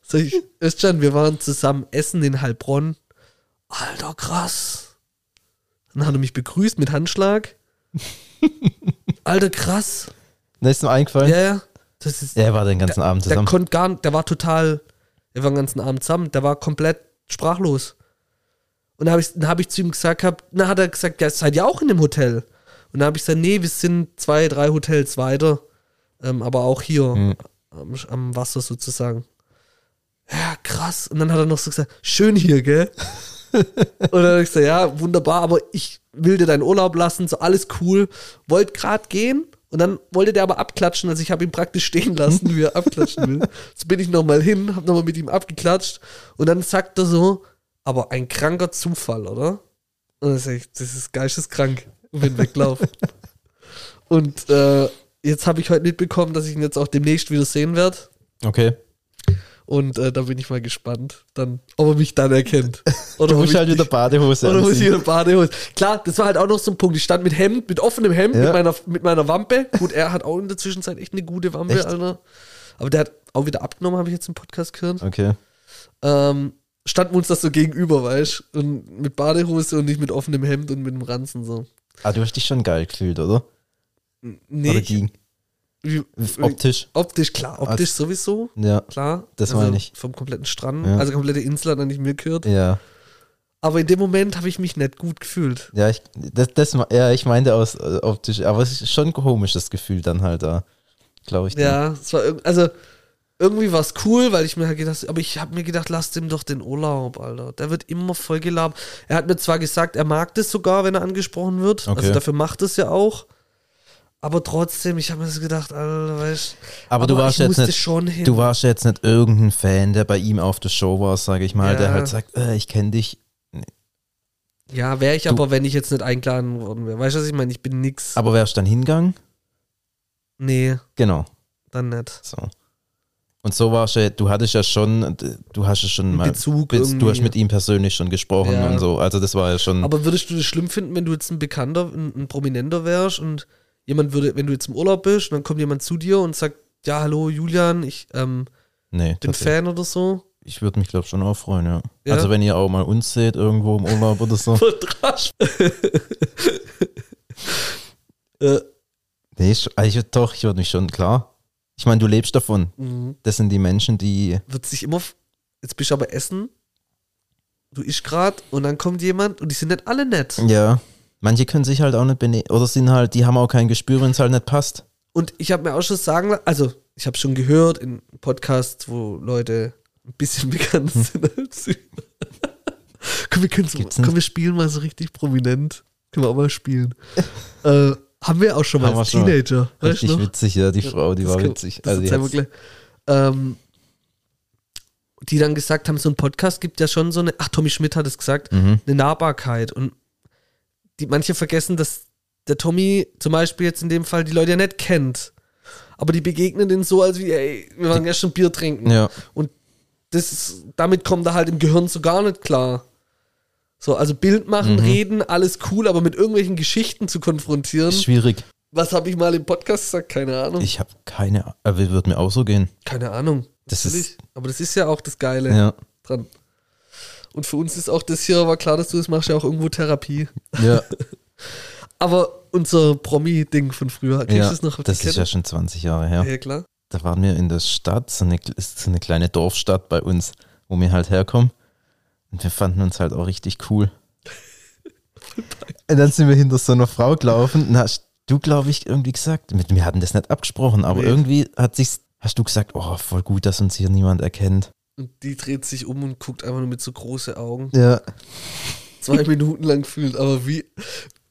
Speaker 1: Sag ich, Özcan, wir waren zusammen essen in Heilbronn. Alter, krass. Dann hat er mich begrüßt mit Handschlag. Alter, krass.
Speaker 2: Da ist ihm
Speaker 1: Ja,
Speaker 2: eingefallen.
Speaker 1: ja. Das ist,
Speaker 2: Er war den ganzen Abend
Speaker 1: der
Speaker 2: zusammen.
Speaker 1: konnte gar nicht, der war total, wir waren den ganzen Abend zusammen, der war komplett sprachlos. Und dann habe ich, dann hab ich zu ihm gesagt, hab, dann hat er gesagt, ja, seid ihr auch in dem Hotel? Und dann habe ich gesagt, nee, wir sind zwei, drei Hotels weiter, ähm, aber auch hier
Speaker 2: Mhm.
Speaker 1: am, am Wasser sozusagen. Ja, krass. Und dann hat er noch so gesagt, schön hier, gell? Und dann habe ich gesagt, ja, wunderbar, aber ich will dir deinen Urlaub lassen, so alles cool. Wollt grad gehen und dann wollte der aber abklatschen, also ich habe ihn praktisch stehen lassen, wie er abklatschen will. Jetzt bin ich nochmal hin, habe nochmal mit ihm abgeklatscht und dann sagt er so, aber ein kranker Zufall, oder? Und dann sag ich, das ist geisteskrank und bin weglaufen. und äh, jetzt habe ich heute mitbekommen, dass ich ihn jetzt auch demnächst wieder sehen werde.
Speaker 2: Okay.
Speaker 1: Und äh, da bin ich mal gespannt, dann, ob er mich dann erkennt. Oder
Speaker 2: Du
Speaker 1: ob
Speaker 2: musst
Speaker 1: ich
Speaker 2: halt wieder
Speaker 1: dich-
Speaker 2: Badehose
Speaker 1: oder muss ich
Speaker 2: anziehen.
Speaker 1: wieder Badehose? Klar, das war halt auch noch so ein Punkt. Ich stand mit Hemd, mit offenem Hemd,
Speaker 2: Ja.
Speaker 1: mit, meiner, mit meiner Wampe. Gut, er hat auch in der Zwischenzeit echt eine gute Wampe,
Speaker 2: Echt?
Speaker 1: Alter. Aber der hat auch wieder abgenommen, habe ich jetzt im Podcast gehört.
Speaker 2: Okay.
Speaker 1: Ähm, standen wir uns das so gegenüber, weißt du? Und mit Badehose und nicht mit offenem Hemd und mit dem Ranzen so.
Speaker 2: Ah, du hast dich schon geil gefühlt, oder?
Speaker 1: Nee,
Speaker 2: Oder
Speaker 1: ich-
Speaker 2: ging?
Speaker 1: wie,
Speaker 2: Optisch.
Speaker 1: optisch, klar, optisch
Speaker 2: Als-
Speaker 1: sowieso.
Speaker 2: Ja.
Speaker 1: Klar.
Speaker 2: Also
Speaker 1: Also
Speaker 2: Das meine ich.
Speaker 1: Vom kompletten Strand,
Speaker 2: Ja.
Speaker 1: also komplette Insel hat er nicht mitgehört.
Speaker 2: Ja.
Speaker 1: Aber in dem Moment habe ich mich nicht gut gefühlt.
Speaker 2: Ja, ich, das, das, ja, ich meinte aus äh, optisch, aber es ist schon komisch, das Gefühl dann halt da. Glaube ich. dann.
Speaker 1: Ja, es war irg- also irgendwie war es cool, weil ich mir halt gedacht, aber ich habe mir gedacht, lass dem doch den Urlaub, Alter. Der wird immer voll gelabert. Er hat mir zwar gesagt, er mag das sogar, wenn er angesprochen wird.
Speaker 2: Okay.
Speaker 1: Also dafür macht es ja auch. Aber trotzdem, ich habe mir so gedacht, Alter, weißt
Speaker 2: Aber, du warst
Speaker 1: ich
Speaker 2: jetzt
Speaker 1: musste
Speaker 2: nicht,
Speaker 1: schon hin.
Speaker 2: du warst jetzt nicht irgendein Fan, der bei ihm auf der Show war, sage ich mal, der
Speaker 1: Ja.
Speaker 2: halt sagt, äh, ich kenne dich.
Speaker 1: ja, wäre ich
Speaker 2: du-
Speaker 1: aber, wenn ich jetzt nicht eingeladen worden wäre. Weißt du, was ich meine? Ich bin nix.
Speaker 2: Aber wärst dann hingegangen?
Speaker 1: nee,
Speaker 2: Genau.
Speaker 1: dann nicht.
Speaker 2: So. Und so warst du, du hattest ja schon, du hast ja schon mal,
Speaker 1: Bezug
Speaker 2: bist- du
Speaker 1: irgendwie.
Speaker 2: hast mit ihm persönlich schon gesprochen
Speaker 1: Ja.
Speaker 2: und so. Also das war ja schon,
Speaker 1: Aber würdest du das schlimm finden, wenn du jetzt ein Bekannter, ein, ein Prominenter wärst und jemand würde, wenn du jetzt im Urlaub bist und dann kommt jemand zu dir und sagt, ja, hallo Julian, ich ähm,
Speaker 2: nee,
Speaker 1: bin
Speaker 2: tatsächlich.
Speaker 1: Fan oder so.
Speaker 2: ich würde mich glaube schon auch freuen, ja.
Speaker 1: Ja.
Speaker 2: Also wenn ihr auch mal uns seht, irgendwo im Urlaub oder so.
Speaker 1: Vertrasch. äh,
Speaker 2: Nee, ich, ah, ich, doch, ich würde mich schon, klar. Ich meine, du lebst davon.
Speaker 1: mh,
Speaker 2: Das sind die Menschen, die,
Speaker 1: mhm. wird sich immer, f- jetzt bist du aber essen, du isch grad und dann kommt jemand und die sind nicht alle nett.
Speaker 2: ja, manche können sich halt auch nicht benehmen. Oder sind halt, die haben auch kein Gespür, wenn es halt nicht passt.
Speaker 1: Und ich habe mir auch schon sagen, la- also ich habe schon gehört in Podcasts, wo Leute ein bisschen bekannt sind als ich. komm, wir können's-
Speaker 2: Gibt's
Speaker 1: komm, wir spielen mal so richtig prominent. Können wir auch mal spielen. äh, haben wir auch schon mal
Speaker 2: Haben
Speaker 1: als
Speaker 2: wir schon mal.
Speaker 1: Teenager. Weißt du
Speaker 2: Richtig
Speaker 1: noch?
Speaker 2: witzig, ja, die Frau, die
Speaker 1: ne? Das
Speaker 2: war
Speaker 1: kann-
Speaker 2: witzig.
Speaker 1: Das
Speaker 2: Also
Speaker 1: erzählen wir
Speaker 2: jetzt,
Speaker 1: gleich. Ähm, die dann gesagt haben, so ein Podcast gibt ja schon so eine, ach, Tommy Schmidt hat es gesagt,
Speaker 2: Mhm.
Speaker 1: eine Nahbarkeit. Und die manche vergessen, dass der Tommy zum Beispiel jetzt in dem Fall die Leute ja nicht kennt. Aber die begegnen den so, als wie, ey, wir waren gestern Bier trinken.
Speaker 2: ja,
Speaker 1: Und das ist, damit kommt er halt im Gehirn so gar nicht klar. So, also Bild machen,
Speaker 2: Mhm.
Speaker 1: reden, alles cool, aber mit irgendwelchen Geschichten zu konfrontieren.
Speaker 2: ist schwierig.
Speaker 1: Was habe ich mal im Podcast gesagt? Keine Ahnung.
Speaker 2: Ich habe keine, Ah- aber wird mir auch so gehen.
Speaker 1: Keine Ahnung.
Speaker 2: Das
Speaker 1: Natürlich. Aber das ist ja auch das Geile
Speaker 2: Ja,
Speaker 1: dran. Und für uns ist auch das hier, war klar, dass du das machst, ja auch irgendwo Therapie.
Speaker 2: ja,
Speaker 1: Aber unser Promi-Ding von früher, kriegst du
Speaker 2: ja.
Speaker 1: das noch auf
Speaker 2: das
Speaker 1: die
Speaker 2: ist
Speaker 1: Kette?
Speaker 2: ja schon 20 Jahre her.
Speaker 1: ja, klar.
Speaker 2: Da waren wir in der Stadt, so eine, ist so eine kleine Dorfstadt bei uns, wo wir halt herkommen. Und wir fanden uns halt auch richtig cool. und dann sind wir hinter so einer Frau gelaufen und hast du, glaube ich, irgendwie gesagt, mit mir hatten das nicht abgesprochen, aber
Speaker 1: Nee.
Speaker 2: irgendwie hat sich's, hast du gesagt, oh, voll gut, dass uns hier niemand erkennt.
Speaker 1: Und die dreht sich um und guckt einfach nur mit so großen Augen.
Speaker 2: Ja.
Speaker 1: Zwei Minuten lang fühlt, aber wie,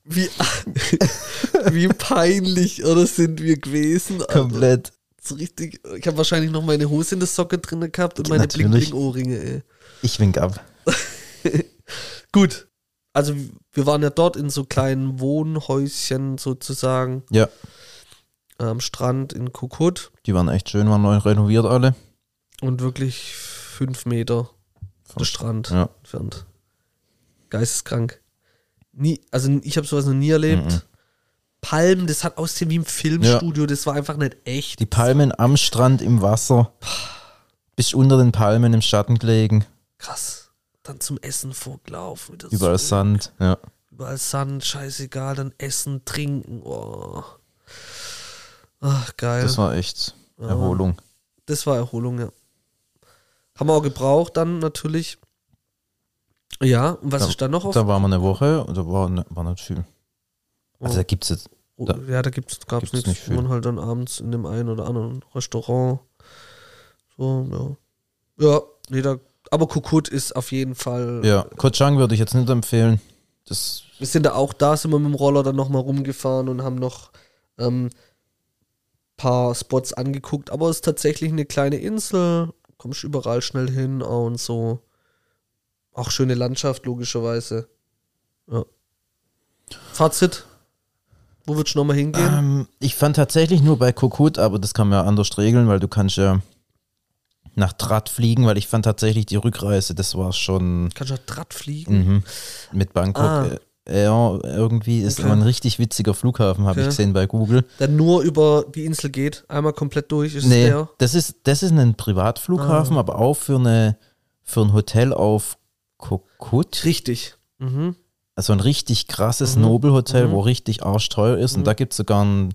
Speaker 1: wie, wie peinlich, oder sind wir gewesen? Alter.
Speaker 2: Komplett.
Speaker 1: So richtig, ich habe wahrscheinlich noch meine Hose in der Socke drin gehabt und meine
Speaker 2: Natürlich.
Speaker 1: Bling-Bling-Ohrringe, ey.
Speaker 2: Ich wink ab.
Speaker 1: Gut. Also w- wir waren ja dort in so kleinen Wohnhäuschen sozusagen
Speaker 2: Ja,
Speaker 1: am Strand in Kukut
Speaker 2: die waren echt schön, waren neu renoviert alle.
Speaker 1: und wirklich fünf Meter vom
Speaker 2: Vom-
Speaker 1: Strand
Speaker 2: Ja.
Speaker 1: entfernt. Geisteskrank. nie, also ich habe sowas noch nie erlebt.
Speaker 2: Mhm.
Speaker 1: Palmen, das hat ausgesehen wie im Filmstudio, das war einfach nicht echt.
Speaker 2: Die Palmen am Strand im Wasser. Bist unter den Palmen im Schatten gelegen.
Speaker 1: Krass. Dann zum Essen vorgelaufen. wieder
Speaker 2: Überall
Speaker 1: zurück.
Speaker 2: Sand. Ja.
Speaker 1: Überall Sand, scheißegal, dann essen, trinken. Oh. Ach, geil.
Speaker 2: Das war echt Erholung.
Speaker 1: Das war Erholung, ja. Haben wir auch gebraucht dann natürlich. Ja, und was ist dann noch auf?
Speaker 2: Da waren wir eine Woche und da war, ne- war nicht viel. Also da gibt es jetzt.
Speaker 1: oh,
Speaker 2: da-
Speaker 1: ja, da gibt's, gab's
Speaker 2: gibt's
Speaker 1: nichts.
Speaker 2: nicht viel.
Speaker 1: Man halt dann abends in dem einen oder anderen Restaurant. So, ja. Ja, nee, da, aber Kukut ist auf jeden Fall.
Speaker 2: Ja, Kochang würde ich jetzt nicht empfehlen. Das
Speaker 1: Wir sind da auch da, sind wir mit dem Roller dann nochmal rumgefahren und haben noch ähm, paar Spots angeguckt. Aber es ist tatsächlich eine kleine Insel, kommst überall schnell hin und so. Auch schöne Landschaft, logischerweise. Ja. Fazit. Wo würdest du nochmal hingehen?
Speaker 2: Ähm, ich fand tatsächlich nur bei Kokut, aber das kann man ja anders regeln, weil du kannst ja nach Draht fliegen, weil ich fand tatsächlich die Rückreise, das war schon
Speaker 1: Kannst du auch Draht fliegen?
Speaker 2: mhm, mit Bangkok.
Speaker 1: Ah.
Speaker 2: äh, Ja, irgendwie ist
Speaker 1: Okay.
Speaker 2: immer ein richtig witziger Flughafen, habe
Speaker 1: Okay.
Speaker 2: ich gesehen bei Google.
Speaker 1: Der nur über die Insel geht, einmal komplett durch, ist
Speaker 2: Nee,
Speaker 1: der. Ah.
Speaker 2: das ist, das ist ein Privatflughafen, aber auch für, eine, für ein Hotel auf Kokut.
Speaker 1: Richtig. Mhm.
Speaker 2: Also ein richtig krasses Nobelhotel, wo richtig arschteuer ist.
Speaker 1: Mhm.
Speaker 2: Und da gibt es sogar ein,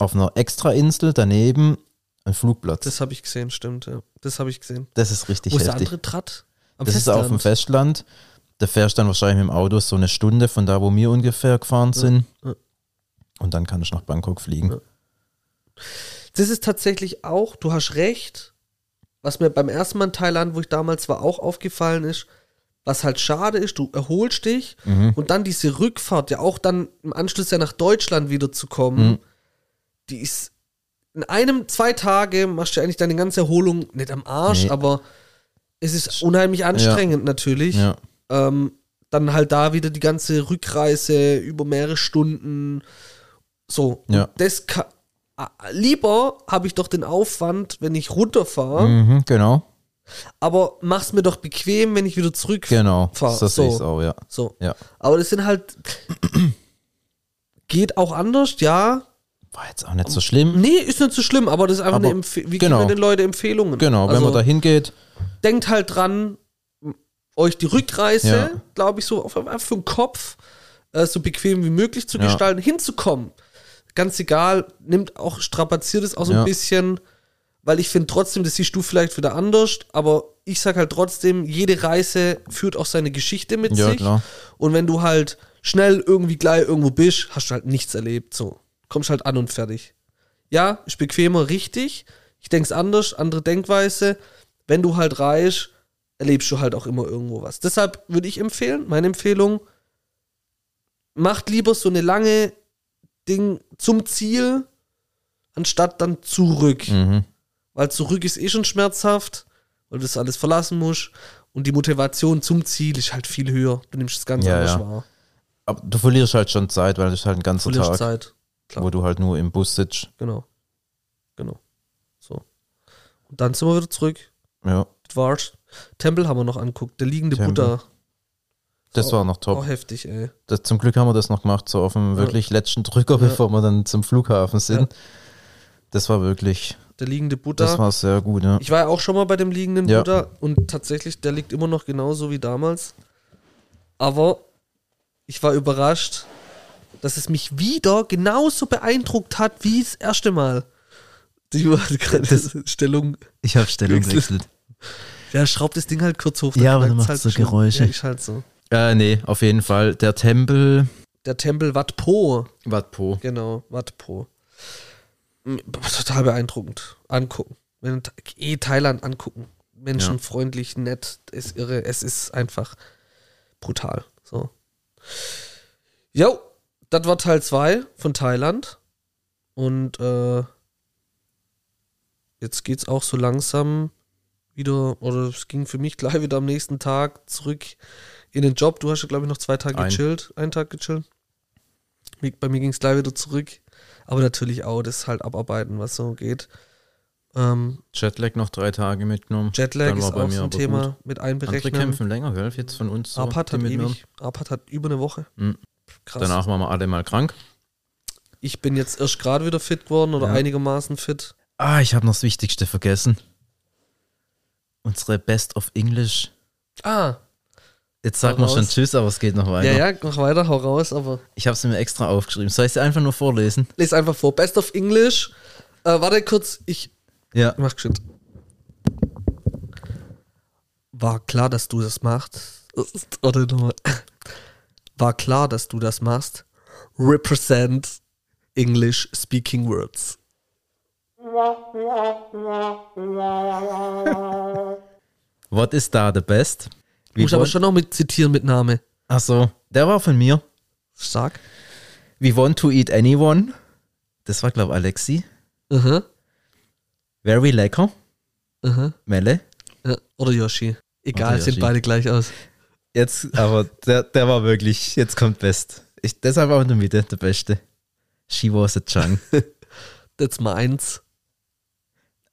Speaker 2: auf einer Extrainsel daneben einen Flugplatz.
Speaker 1: Das habe ich gesehen, stimmt. Ja. Das habe ich gesehen.
Speaker 2: Das ist richtig
Speaker 1: Wo ist der
Speaker 2: heftig.
Speaker 1: andere Draht? Am
Speaker 2: Das ist auf dem Festland. Da fährst du dann wahrscheinlich mit dem Auto so eine Stunde von da, wo wir ungefähr gefahren sind.
Speaker 1: ja.
Speaker 2: Und dann kann ich nach Bangkok fliegen.
Speaker 1: Das ist tatsächlich auch, du hast recht, was mir beim ersten Mal in Thailand, wo ich damals war, auch aufgefallen ist, was halt schade ist, du erholst dich und dann diese Rückfahrt, ja auch dann im Anschluss ja nach Deutschland wieder zu kommen,
Speaker 2: Mhm.
Speaker 1: die ist in einem, zwei Tage machst du eigentlich deine ganze Erholung nicht am Arsch,
Speaker 2: Nee.
Speaker 1: aber es ist unheimlich anstrengend natürlich.
Speaker 2: Ja.
Speaker 1: Ähm, dann halt da wieder die ganze Rückreise über mehrere Stunden. So,
Speaker 2: Ja.
Speaker 1: Und das ka- a- lieber habe ich doch den Aufwand, wenn ich runterfahre,
Speaker 2: Mhm, genau,
Speaker 1: aber mach's mir doch bequem, wenn ich wieder zurückfahre.
Speaker 2: genau.
Speaker 1: Fahr-
Speaker 2: so sehe ich es
Speaker 1: so.
Speaker 2: auch, ja.
Speaker 1: So.
Speaker 2: ja.
Speaker 1: Aber das sind halt. Geht auch anders, ja.
Speaker 2: War jetzt auch nicht so schlimm.
Speaker 1: Nee, ist nicht so schlimm, aber das ist einfach
Speaker 2: Aber-
Speaker 1: eine Empfehlung. Wie
Speaker 2: genau.
Speaker 1: geben wir den Leuten Empfehlungen?
Speaker 2: Genau, wenn
Speaker 1: also,
Speaker 2: man da hingeht,
Speaker 1: denkt halt dran, m- euch die Rückreise,
Speaker 2: Ja.
Speaker 1: glaube ich, so auf, einfach für den Kopf äh, so bequem wie möglich zu
Speaker 2: Ja.
Speaker 1: gestalten, hinzukommen. Ganz egal, nimmt auch, strapaziert es auch so ein
Speaker 2: Ja.
Speaker 1: bisschen, weil ich finde trotzdem, das siehst du vielleicht wieder anders, aber ich sag halt trotzdem, jede Reise führt auch seine Geschichte mit
Speaker 2: Ja,
Speaker 1: sich.
Speaker 2: klar.
Speaker 1: Und wenn du halt schnell irgendwie gleich irgendwo bist, hast du halt nichts erlebt. So, kommst halt an und fertig. Ja, ist bequemer, richtig. Ich denk's anders, andere Denkweise. Wenn du halt reist, erlebst du halt auch immer irgendwo was. Deshalb würde ich empfehlen, meine Empfehlung, macht lieber so eine lange Ding zum Ziel, anstatt dann zurück.
Speaker 2: mhm.
Speaker 1: Weil zurück ist eh schon schmerzhaft, weil du das alles verlassen musst. Und die Motivation zum Ziel ist halt viel höher. Du nimmst es ganz
Speaker 2: Ja,
Speaker 1: anders
Speaker 2: ja.
Speaker 1: wahr.
Speaker 2: aber du verlierst halt schon Zeit, weil das ist halt ein ganzer
Speaker 1: Verlierst
Speaker 2: Tag,
Speaker 1: Zeit. klar.
Speaker 2: wo du halt nur im Bus sitzt.
Speaker 1: Genau. Genau. So. Und dann sind wir wieder zurück.
Speaker 2: Ja,
Speaker 1: Das war's. Tempel haben wir noch anguckt. Der liegende
Speaker 2: Tempel.
Speaker 1: Buddha.
Speaker 2: das
Speaker 1: Oh,
Speaker 2: war noch top.
Speaker 1: Auch heftig, ey.
Speaker 2: Das, zum Glück haben wir das noch gemacht, so auf dem wirklich letzten Drücker, bevor wir dann zum Flughafen sind. Das war wirklich,
Speaker 1: Der liegende Buddha.
Speaker 2: das war sehr gut, ja.
Speaker 1: Ich war ja auch schon mal bei dem liegenden
Speaker 2: Ja.
Speaker 1: Buddha und tatsächlich, der liegt immer noch genauso wie damals. Aber ich war überrascht, dass es mich wieder genauso beeindruckt hat wie das erste Mal. Die war gerade Stellung.
Speaker 2: Ich habe Stellung
Speaker 1: gewechselt. Der schraubt das Ding halt kurz hoch. dann
Speaker 2: Ja, aber
Speaker 1: knackt's
Speaker 2: dann macht's so
Speaker 1: schon.
Speaker 2: Geräusche.
Speaker 1: Ja, ist halt so.
Speaker 2: Äh, nee, auf jeden Fall. Der Tempel
Speaker 1: Der Tempel Wat Po.
Speaker 2: Wat Po.
Speaker 1: Genau, Wat Po. Mm, Total beeindruckend. Angucken. Wenn, eh Thailand angucken. Menschenfreundlich, nett, ist irre. Es ist einfach brutal. So. Jo, das war Teil 2 von Thailand. Und äh, jetzt geht's auch so langsam wieder, oder es ging für mich gleich wieder am nächsten Tag zurück in den Job. Du hast ja, glaube ich, noch zwei Tage
Speaker 2: Ein.
Speaker 1: gechillt, einen Tag gechillt. Mir- Bei mir ging's gleich wieder zurück. Aber natürlich auch das halt abarbeiten, was so geht. Ähm,
Speaker 2: Jetlag noch drei Tage mitgenommen.
Speaker 1: Jetlag
Speaker 2: Dann war
Speaker 1: ist
Speaker 2: bei
Speaker 1: auch
Speaker 2: mir
Speaker 1: so ein
Speaker 2: aber
Speaker 1: Thema
Speaker 2: gut.
Speaker 1: mit
Speaker 2: Andere
Speaker 1: einberechnen.
Speaker 2: kämpfen länger, gell? Jetzt von uns so.
Speaker 1: Arpad
Speaker 2: die
Speaker 1: hat
Speaker 2: mitnehmen.
Speaker 1: ewig. Arpad hat über eine Woche.
Speaker 2: Mhm.
Speaker 1: Krass.
Speaker 2: Danach waren wir alle mal krank.
Speaker 1: Ich bin jetzt erst gerade wieder fit geworden oder
Speaker 2: Ja.
Speaker 1: einigermaßen fit.
Speaker 2: Ah, ich habe noch das Wichtigste vergessen. Unsere Best of English.
Speaker 1: Ah,
Speaker 2: Jetzt sagt
Speaker 1: Hau
Speaker 2: man schon
Speaker 1: raus.
Speaker 2: Tschüss, aber es geht noch weiter.
Speaker 1: ja, ja, mach weiter, hau raus, aber
Speaker 2: Ich habe sie mir extra aufgeschrieben. Soll ich sie einfach nur vorlesen?
Speaker 1: lese einfach vor. Best of English. Äh, warte kurz, ich
Speaker 2: Ja.
Speaker 1: mach geschwind. War klar, dass du das machst. Oder nochmal. War klar, dass du das machst. Represent English speaking words.
Speaker 2: What is da the best?
Speaker 1: Muss
Speaker 2: We
Speaker 1: aber
Speaker 2: want-
Speaker 1: schon noch mit zitieren mit Name.
Speaker 2: Ach so, der war von mir.
Speaker 1: Stark.
Speaker 2: We want to eat anyone. Das war, glaube Alexi.
Speaker 1: Aha,
Speaker 2: Very lecker.
Speaker 1: aha.
Speaker 2: Melle.
Speaker 1: Ja, Äh, Oder Yoshi. Egal,
Speaker 2: Oder Yoshi.
Speaker 1: sehen beide gleich aus.
Speaker 2: Jetzt, aber der, der war wirklich, jetzt kommt best. Ich, deshalb auch in der Mitte, der Beste. She was a Chang.
Speaker 1: That's meins.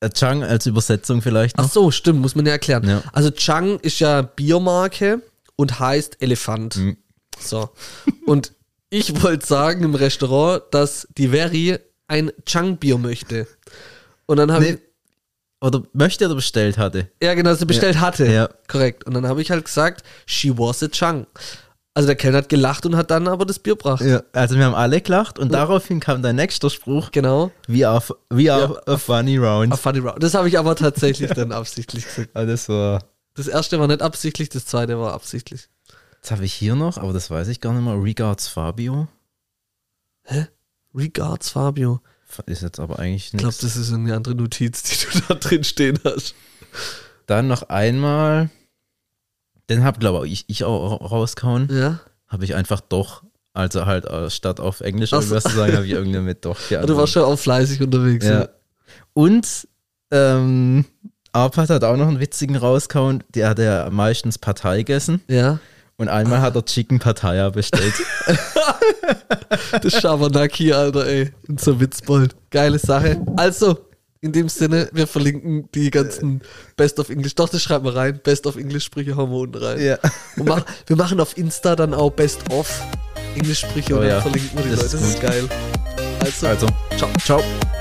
Speaker 2: a Chang als Übersetzung vielleicht
Speaker 1: Ach
Speaker 2: noch.
Speaker 1: so, stimmt, muss man ja erklären.
Speaker 2: Ja.
Speaker 1: Also Chang ist ja Biermarke und heißt Elefant.
Speaker 2: Mhm.
Speaker 1: So. Und ich wollte sagen im Restaurant, dass die Veri ein Chang-Bier möchte. Und dann habe
Speaker 2: Nee. Oder möchte oder bestellt hatte.
Speaker 1: ich, ja genau, sie bestellt hatte.
Speaker 2: Ja.
Speaker 1: Korrekt. Und dann habe ich halt gesagt, she was a Chang. Also der Kellner hat gelacht und hat dann aber das Bier gebracht.
Speaker 2: Also wir haben alle gelacht und daraufhin kam dein nächster Spruch.
Speaker 1: Genau.
Speaker 2: We are, f- we are a funny round.
Speaker 1: A funny round. Das habe ich aber tatsächlich dann absichtlich gesagt.
Speaker 2: Ah, das war...
Speaker 1: Das erste war nicht absichtlich, das zweite war absichtlich.
Speaker 2: Jetzt habe ich hier noch, aber das weiß ich gar nicht mehr. Regards Fabio.
Speaker 1: Regards, Fabio.
Speaker 2: Ist jetzt aber eigentlich
Speaker 1: Ich glaube,
Speaker 2: nichts.
Speaker 1: das ist irgendeine andere Notiz, die du da drin stehen hast.
Speaker 2: Dann noch einmal. Den habe, glaube ich, ich auch rausgehauen.
Speaker 1: Ja.
Speaker 2: Habe ich einfach doch. Also halt äh, statt auf Englisch
Speaker 1: Ach so.
Speaker 2: irgendwas zu sagen, habe ich irgendeine mit doch
Speaker 1: Aber du warst
Speaker 2: geantwortet.
Speaker 1: schon auch fleißig unterwegs.
Speaker 2: Ja.
Speaker 1: Ja.
Speaker 2: Und ähm, Arpad hat auch noch einen witzigen rausgehauen. Der hat ja meistens Partei gegessen.
Speaker 1: ja.
Speaker 2: Und einmal hat er Chicken Partei bestellt.
Speaker 1: Das Schabernack Alter, ey. Und so Witzbold. Geile Sache. Also, in dem Sinne, wir verlinken die ganzen Best of English. Doch, das schreiben wir rein. Best of English Sprüche hauen wir unten rein.
Speaker 2: ja.
Speaker 1: Und mach, wir machen auf Insta dann auch Best of English Sprüche
Speaker 2: Oh
Speaker 1: und dann
Speaker 2: ja.
Speaker 1: verlinken wir die
Speaker 2: Das
Speaker 1: Leute.
Speaker 2: ist
Speaker 1: Das ist
Speaker 2: gut.
Speaker 1: geil. Also,
Speaker 2: Also,
Speaker 1: ciao.
Speaker 2: ciao.